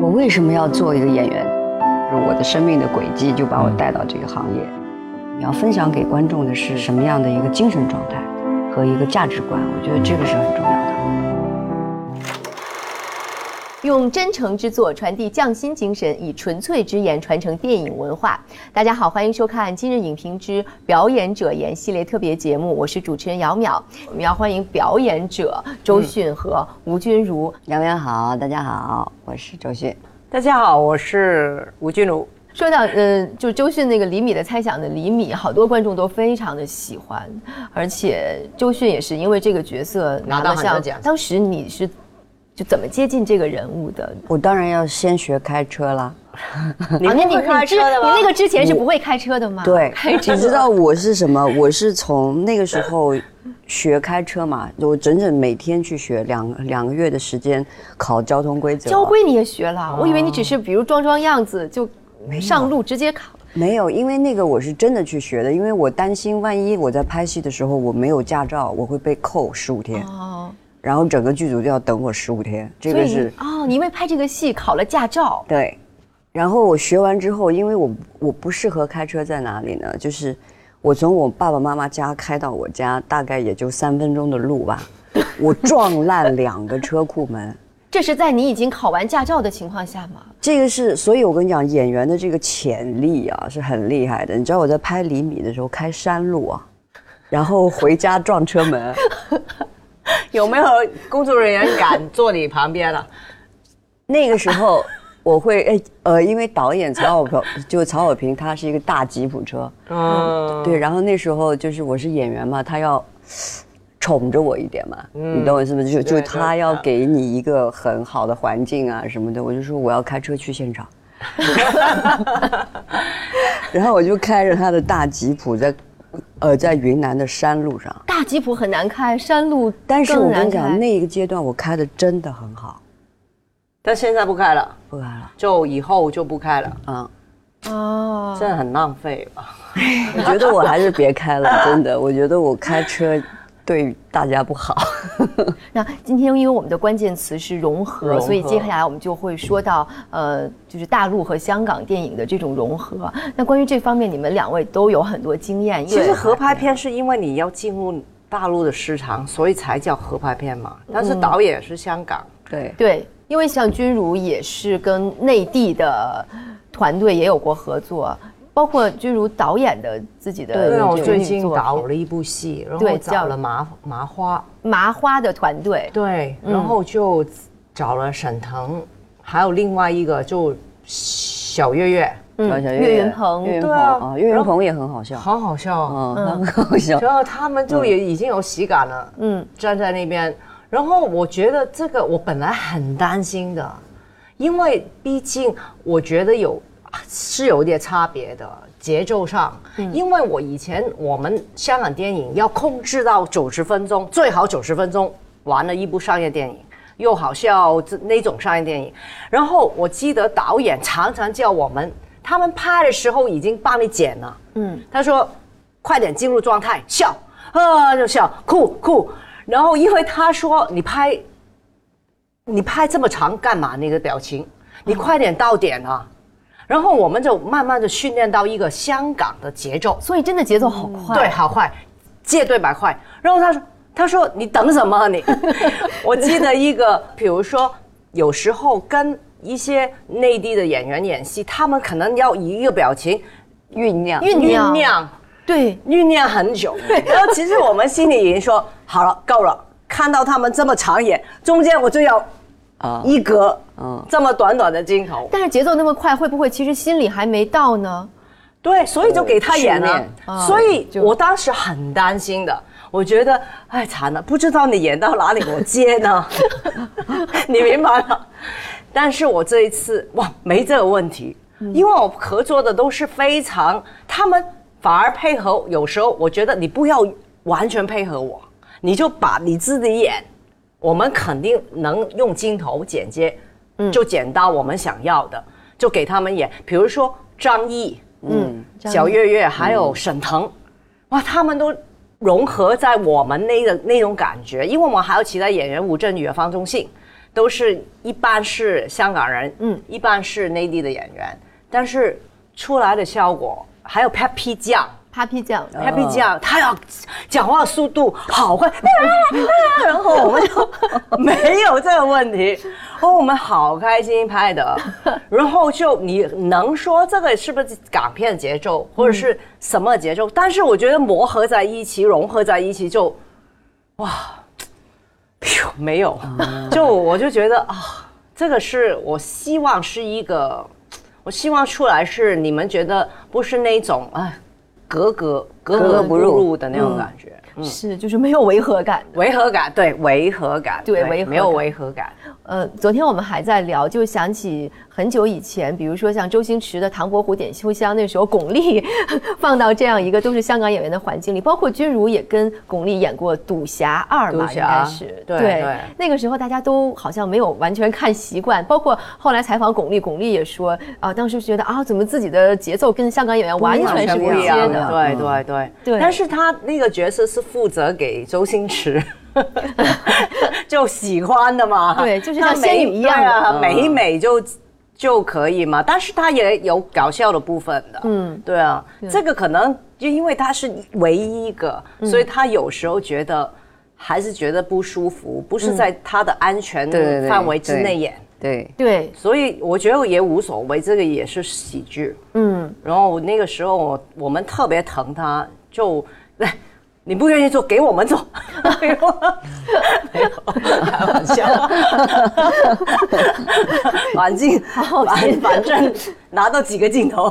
我为什么要做一个演员？就是我的生命的轨迹就把我带到这个行业。你要分享给观众的是什么样的一个精神状态和一个价值观？我觉得这个是很重要的。用真诚之作传递匠心精神，以纯粹之言传承电影文化。大家好，欢迎收看今日影评之表演者言系列特别节目，我是主持人姚淼。我们要欢迎表演者嗯周迅和吴君如。两位好，大家好，我是周迅。大家好，我是吴君如。说到嗯、就周迅那个《厘米的猜想》的厘米，好多观众都非常的喜欢，而且周迅也是因为这个角色拿到了很像多奖当时你是就怎么接近这个人物的？我当然要先学开车啦。你啊那不会开之车的吗你那个之前是不会开车的吗？ 对开，车你知道我是什么？我是从那个时候学开车嘛，我整整每天去学两两个月的时间考交通规则。交规你也学哦了，我以为你只是比如装装样子就上路直接考。没有，因为那个我是真的去学的，因为我担心万一我在拍戏的时候我没有驾照，我会被扣十五天，哦，然后整个剧组就要等我十五天，这个所以是你哦，你因为拍这个戏考了驾照，对。然后我学完之后，因为我我不适合开车在哪里呢？就是我从我爸爸妈妈家开到我家，大概也就三分钟的路吧，我撞烂两个车库门。这是在你已经考完驾照的情况下吗？这个是，所以我跟你讲，演员的这个潜力啊是很厉害的。你知道我在拍《厘米》的时候开山路啊，然后回家撞车门，啊有没有工作人员敢坐你旁边了？那个时候我会哎呃，因为导演曹小平就曹小平他是一个大吉普车，嗯，对，然后那时候就是我是演员嘛，他要宠着我一点嘛，你懂我意思吗？就就对他要对给你一个很好的环境啊什么的，我就说我要开车去现场， 然后我就开着他的大吉普在，呃，在云南的山路上，大吉普很难开，山路但是我跟更难你讲，开。那一个阶段我开的真的很好，但现在不开了，不开了，就以后就不开了，嗯。哦，真的很浪费吧？我觉得我还是别开了，真的，我觉得我开车对大家不好。那今天因为我们的关键词是融合，融合所以接下来我们就会说到呃，就是大陆和香港电影的这种融合。那关于这方面，你们两位都有很多经验。因其为实合拍片是因为你要进入大陆的市场，所以才叫合拍片嘛。但是导演是香港，对，对，因为像君如也是跟内地的团队也有过合作，包括君如导演的自己的对因为我这个最女近作导品了一部戏，然对后叫找了麻麻花，嗯麻花的团队，对，然后就找了沈腾，还有另外一个就小岳岳，小小岳云鹏岳云鹏对啊啊，岳云鹏也很好笑，好好笑哦。嗯，他很好笑。然后他们就也已经有喜感了，嗯嗯，站在那边。然后我觉得这个我本来很担心的，因为毕竟我觉得有啊是有一点差别的节奏上，因为我以前我们香港电影要控制到九十分钟，最好九十分钟完了一部商业电影。又好笑这那种商业电影，然后我记得导演常常叫我们，他们拍的时候已经帮你剪了，嗯，他说：“快点进入状态，笑，啊就笑，哭哭。”然后因为他说：“你拍，你拍这么长干嘛？那个表情，你快点到点啊！”然后我们就慢慢的训练到一个香港的节奏，所以真的节奏好快。嗯对，好快，借对百块。然后他说：“他说你等什么、啊、你？”我记得一个，比如说有时候跟一些内地的演员演戏，他们可能要以一个表情酝酿酝酿酝酿对酝酿很久，然后其实我们心里已经说好了，够了。看到他们这么长演，中间我就要啊，一格，嗯这么短短的镜头，但是节奏那么快，会不会其实心里还没到呢？对，所以就给他演训了练啊。所以就我当时很担心的，我觉得哎惨了，不知道你演到哪里，我接呢，你明白吗？但是我这一次哇没这个问题，因为我合作的都是非常，他们反而配合，有时候我觉得你不要完全配合我，你就把你自己演，我们肯定能用镜头剪接，就剪到我们想要的，就给他们演，比如说张译。嗯，这样小岳岳还有沈腾，哇，他们都啊融合在我们那个那种感觉，因为我们还有其他演员吴镇宇、方中信，都是一半是香港人，嗯嗯，一半是内地的演员，但是出来的效果还有 Papi 酱。 Papi 酱， Happy 酱，他要讲话速度好快， 然后我们就没有这个问题。哦，我们好开心拍的，然后就你能说这个是不是港片节奏，或者是什么节奏？但是我觉得磨合在一起，融合在一起就，哇，噗没有，就我就觉得啊，这个是我希望是一个，我希望出来是你们觉得不是那种哎。格格格格格格不不入入的那种感觉，嗯是就是没有违和感。违和感，对，违和感，对违和没有感违和感，呃，昨天我们还在聊，就想起很久以前，比如说像周星驰的《唐伯虎点秋香》，那时候巩俐放到这样一个都是香港演员的环境里，包括君如也跟巩俐演过《赌侠二》嘛，赌应侠该是啊对对那个时候大家都好像没有完全看习惯，包括后来采访巩俐，巩俐也说啊，当时觉得啊，怎么自己的节奏跟香港演员 完全是不不一接样嗯的。对对对对但是他那个角色是负责给周 星驰，就喜欢的嘛。对就是像那美仙女一样的对啊，嗯美美就就可以嘛。但是他也有搞笑的部分的。嗯嗯，对啊，这个可能就因为他是唯一一个，嗯所以他有时候觉得还是觉得不舒服，不嗯是在他的安全对对对范围之对内演。对，对， 所以我觉得也无所谓，这个也是喜剧。嗯，然后那个时候我我们特别疼他，就 来，你不愿意做，给我们做。没有，没有，开玩笑。反正好奇反反正拿到几个镜头，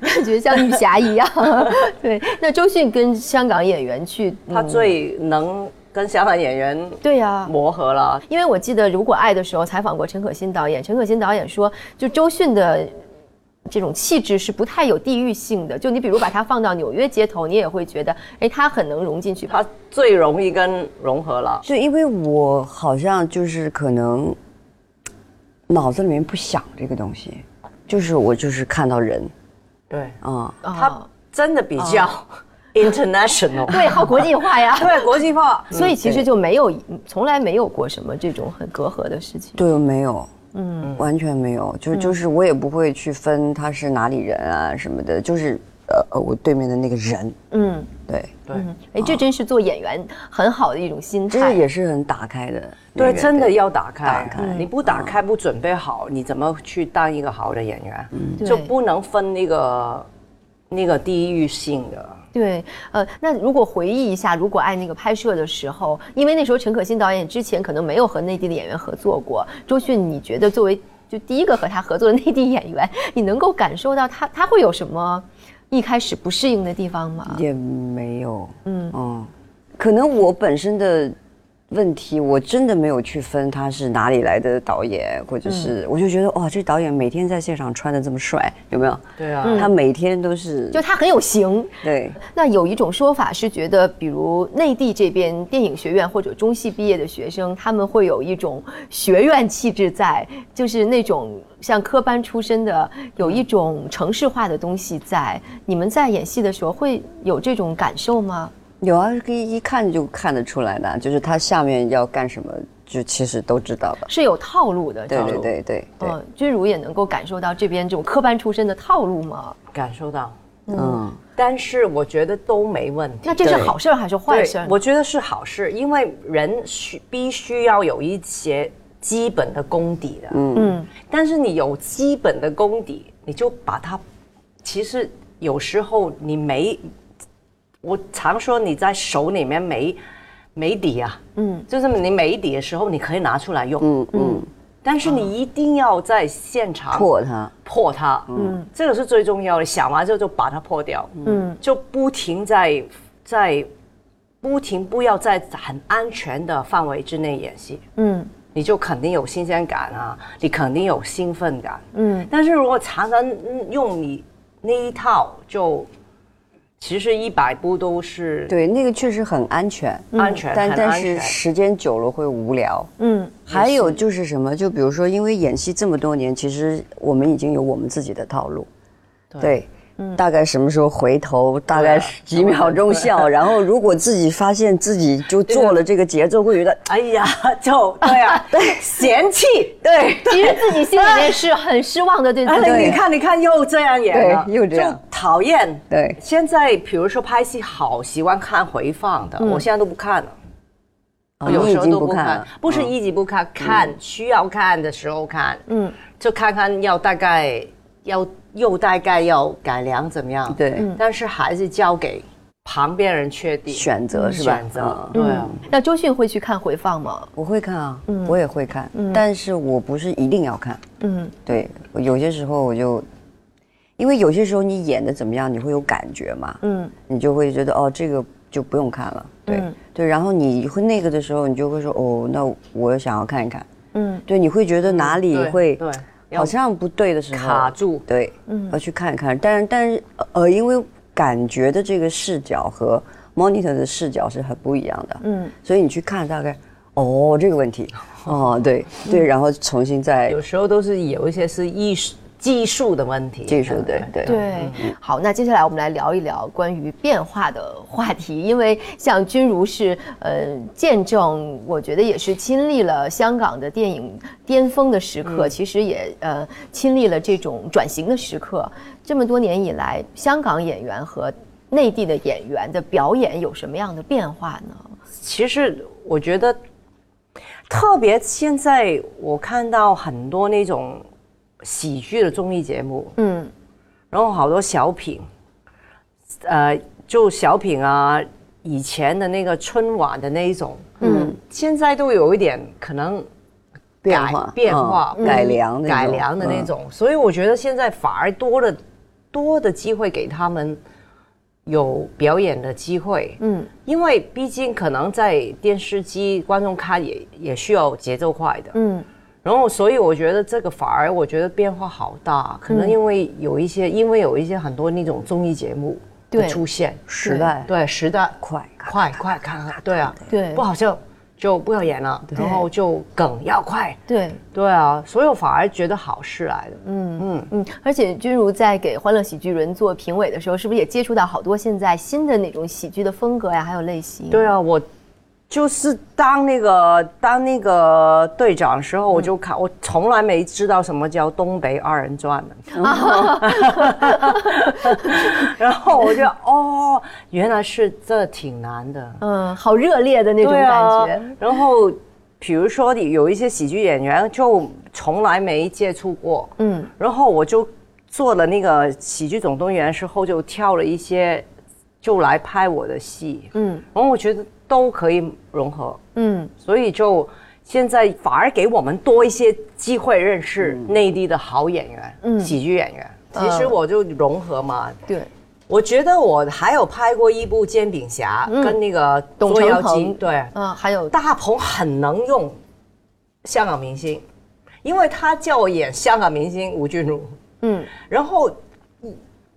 感觉像女侠一样。 对，那周迅跟香港演员去，他最能跟香港演员对啊呀、磨合了。因为我记得《如果爱》的时候采访过陈可辛导演，陈可辛导演说，就周迅的这种气质是不太有地域性的。就你比如把她放到纽约街头，你也会觉得，哎，她很能融进去吧。他最容易跟融合了，就因为我好像就是可能脑子里面不想这个东西，就是我就是看到人对啊，他真的比较 international，对，好国际化 呀。对国际化，所以其实就没有，从来没有过什么这种很隔阂的事情。对，没有。嗯，完全没有，就就是我也不会去分他是哪里人啊什么的，就是呃呃我对面的那个人，嗯对，对。嗯，哎，这真是做演员很好的一种心这个态。啊也是很打开的那个，对，真的要打开，嗯打开你不打开、不准备好，你怎么去当一个好的演员？对就不能分那个那个地域性的。对，呃，那如果回忆一下《如果爱》那个拍摄的时候，因为那时候陈可辛导演之前可能没有和内地的演员合作过，周迅，你觉得作为就第一个和他合作的内地演员，你能够感受到他他会有什么一开始不适应的地方吗？也没有，嗯可能我本身的问题，我真的没有去分他是哪里来的导演，或者是、我就觉得哇，这导演每天在现场穿的这么帅，有没有？对啊，他每天都是就他很有型。对，那有一种说法是觉得，比如内地这边电影学院或者中戏毕业的学生，他们会有一种学院气质在，就是那种像科班出身的，有一种城市化的东西在。你们在演戏的时候会有这种感受吗？有啊，可以一看就看得出来的，就是他下面要干什么，就其实都知道的。是有套路的，对这对种。对对对，嗯，君如也能够感受到这边这种科班出身的套路吗？感受到。嗯，但是我觉得都没问题。那这是好事儿还是坏对事儿呢？我觉得是好事，因为人需必须要有一些基本的功底的。嗯，但是你有基本的功底，你就把它，其实有时候你没，我常说你在手里面没没底啊，嗯嗯，就是你没底的时候，你可以拿出来用，嗯嗯，但是你一定要在现场破他，破它，嗯，这个是最重要的，想完之后就把它破掉，嗯，就不停在在。不停不要在很安全的范围之内演戏，嗯你就肯定有新鲜感啊，你肯定有兴奋感。嗯，但是如果常常嗯用你那一套就，其实一百步都是对，那个确实很安全，安全，但很但安是全时间久了会无聊。嗯 还有就是什么？就比如说，因为演戏这么多年，其实我们已经有我们自己的套路，对。嗯大概什么时候回头，大概是几秒 钟笑，然后如果自己发现自己就做了这个节奏，会觉得哎呀， 就对 啊，嫌弃，对其实自己心里面是很失望的，对自哎， 你己。看，你看，又这样演了，对又这样就讨厌。对现在比如说拍戏，好喜欢看回放的，我现在都不看了。嗯哦有你时已候经都不不看看了，嗯不是一直不看，看需要看的时候看，嗯，就看看要大概要又大概要改良怎么样？，嗯对但是还是交给旁边人确定选择是吧？选择嗯，对啊，嗯那周迅会去看回放吗？我会看啊，我也会看，但是我不是一定要看。嗯，对，有些时候我就，因为有些时候你演的怎么样，你会有感觉嘛，嗯，你就会觉得哦，这个就不用看了，对、嗯对，然后你会那个的时候，你就会说哦，那我想要看一看，嗯，对，你会觉得哪里嗯对会对，好要像不对的时候卡，住，嗯对，要去看一看，但是但是呃，因为感觉的这个视角和 monitor 的视角是很不一样的，嗯，所以你去看大概哦这个问 题，哦对嗯对，然后重新再有时候都是有一些是艺术技术的问题，嗯技术，对对。对，好，那接下来我们来聊一聊关于变化的话题，因为像君如是呃见证，我觉得也是经历了香港的电影巅峰的时刻，其实也呃经历了这种转型的时刻。这么多年以来，香港演员和内地的演员的表演有什么样的变化呢？其实我觉得，特别现在我看到很多那种喜剧的综艺节目，嗯然后好多小品，呃，就小品啊，以前的那个春晚的那一种，嗯现在都有一点可能变化、变化、嗯改良、改良的嗯那。种，所以我觉得现在反而多了多的机会给他们有表演的机会，嗯因为毕竟可能在电视机观众看也也需要节奏快的，嗯然后所以我觉得这个反而我觉得变化好大，可能因为有一些、因为有一些很多那种综艺节目对的出现，时代对时代快快快看看，对啊，对不好笑就不要演了，然后就梗要快，对。对啊，所以我反而觉得好事来的，嗯，而且君如在给《欢乐喜剧人》做评委的时候，是不是也接触到好多现在新的那种喜剧的风格呀，还有类型？对啊，我就是当那个当那个队长的时候，我就看，我从来没知道什么叫东北二人转的。 然后我就哦，原来是这挺难的嗯，好热烈的那种啊感觉。然后比如说你有一些喜剧演员就从来没接触过，嗯然后我就做了那个喜剧总动员之后，就跳了一些，就来拍我的戏。嗯然后我觉得都可以融合，嗯所以就现在反而给我们多一些机会认识内地的好演员，嗯喜剧演员。嗯其实我就融合嘛，对，我觉得我还有拍过一部《煎饼侠》跟那个嗯董捉妖成记鹏对，嗯，还有大鹏很能用香港明星，因为他叫我演香港明星吴君如，嗯然后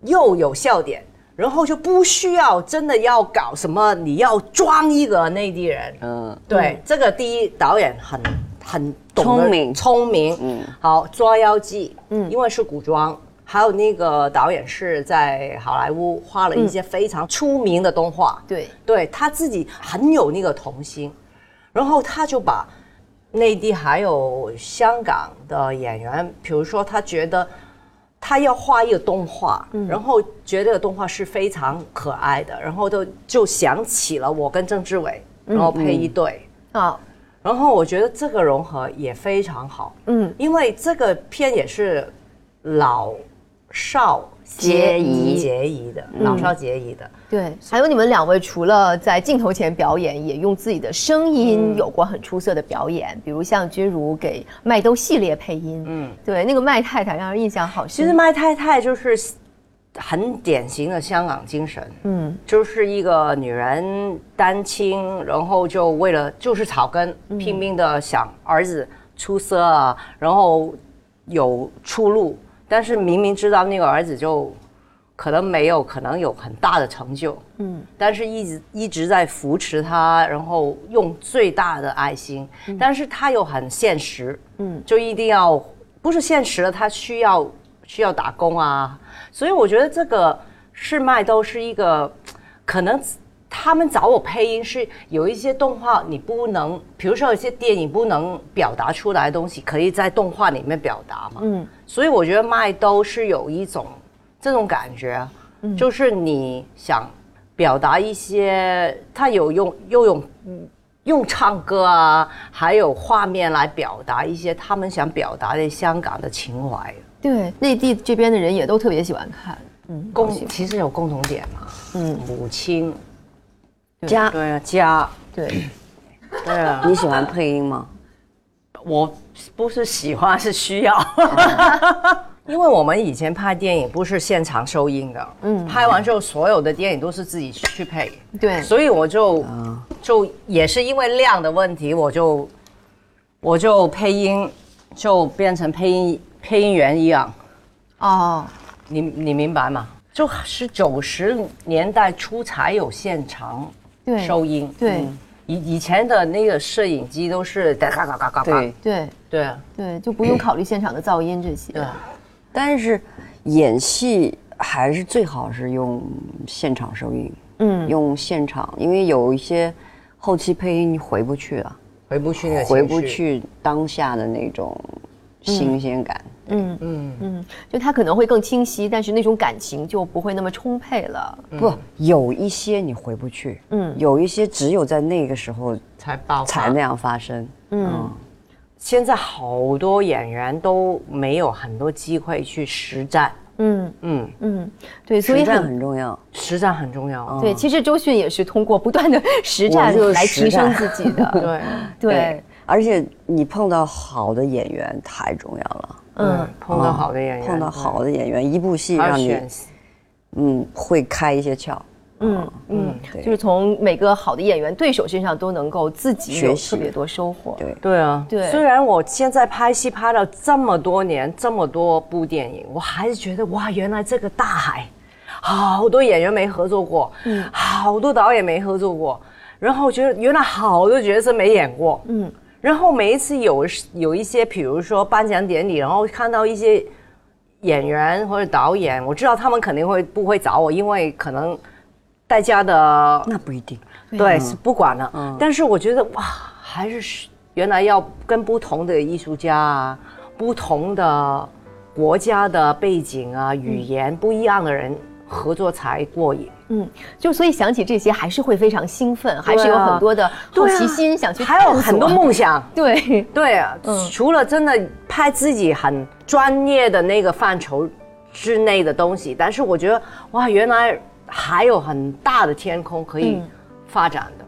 又有笑点，然后就不需要真的要搞什么，你要装一个内地人。嗯，对，这个第一导演很很懂得聪明聪明。嗯，好，《捉妖记》嗯嗯，因为是古装，还有那个导演是在好莱坞画了一嗯些非常出名的动画。对，对他自己很有那个童心，然后他就把内地还有香港的演员，比如说他觉得他要画一个动画，嗯然后觉得这个动画是非常可爱的，然后就就想起了我跟郑志伟，嗯然后配一对，啊然后我觉得这个融合也非常好，嗯因为这个片也是老少皆宜嗯皆宜的，老少皆宜的。对，还有你们两位除了在镜头前表演，也用自己的声嗯音有过很出色的表演，比如像君如给麦兜系列配音，嗯，对，那个麦太太让人印象好其实深。麦太太就是很典型的香港精神，嗯就是一个女人单亲，然后就为了就是草根，拼命的想儿子出色啊，然后有出路，但是明明知道那个儿子就可能没有，可能有很大的成就，嗯嗯，但是一直一直在扶持他，然后用最大的爱心，但是他又很现实，嗯嗯，就一定要不是现实了，他需要需要打工啊，所以我觉得这个试麦都是一个可能。他们找我配音是有一些动画你不能，比如说有些电影不能表达出来的东西，可以在动画里面表达嘛。嗯，所以我觉得麦兜是有一种这种感觉啊，嗯就是你想表达一些，他有用又用用唱歌啊，还有画面来表达一些他们想表达的香港的情怀。对，内地这边的人也都特别喜欢看，嗯，共喜欢其实有共同点嘛，嗯，母亲家，对啊家 对，对啊。 你喜欢配音 吗？我不是喜欢，是需要。嗯 因为我们以前拍电影不是现场收音的，嗯嗯，拍完之后所有的电影都是自己去配，对所以我就嗯就也是因为量的问题，我就我就配音就变成配音配音员一样，哦，你你明白吗？就是九十年代初才有现场对，收音，对嗯以以前的那个摄影机都是嘎嘎嘎嘎嘎，对，对对啊对，就不用考虑现场的噪音这些。对。但是演戏还是最好是用现场收音，嗯，用现场，因为有一些后期配音你回不去啊，回不去那个情绪回不。去当下的那种新鲜感。嗯嗯嗯，就它可能会更清晰，但是那种感情就不会那么充沛了。不，有一些你回不去，嗯有一些只有在那个时候才爆才发那。样发生。嗯现在好多演员都没有很多机会去实战，嗯嗯，嗯，对，所实以战很很重要。实战很重嗯要。对。其实周迅也是通过不断的实战我就是来提实升战自己 的。对，对，而且你碰到好的演员太重要了，嗯嗯，碰到好的演员，哦碰到好的演员，一部戏对，还有让你选戏嗯会开一些窍。嗯嗯，对就是从每个好的演员对手身上都能够自己有学习特别多收获。对对啊，对虽然我现在拍戏拍了这么多年，这么多部电影，我还是觉得哇，原来这个大海，好多演员没合作过，嗯，好多导演没合作过，然后觉得原来好多角色没演过，嗯嗯，然后每一次有有一些，比如说颁奖典礼，然后看到一些演员或者导演，我知道他们肯定会不会找我，因为可能大家的那不一定，对，是不管了。嗯但是我觉得哇，还是原来要跟不同的艺术家啊，不同的国家的背景啊、语言不一样的人合作才过瘾。嗯，就所以想起这些还是会非常兴奋，还是有对啊很多的好对啊奇心想去探还索。有很多梦想。对，对啊，嗯除了真的拍自己很专业的那个范畴之内的东西，但是我觉得哇，原来还有很大的天空可以嗯发展的。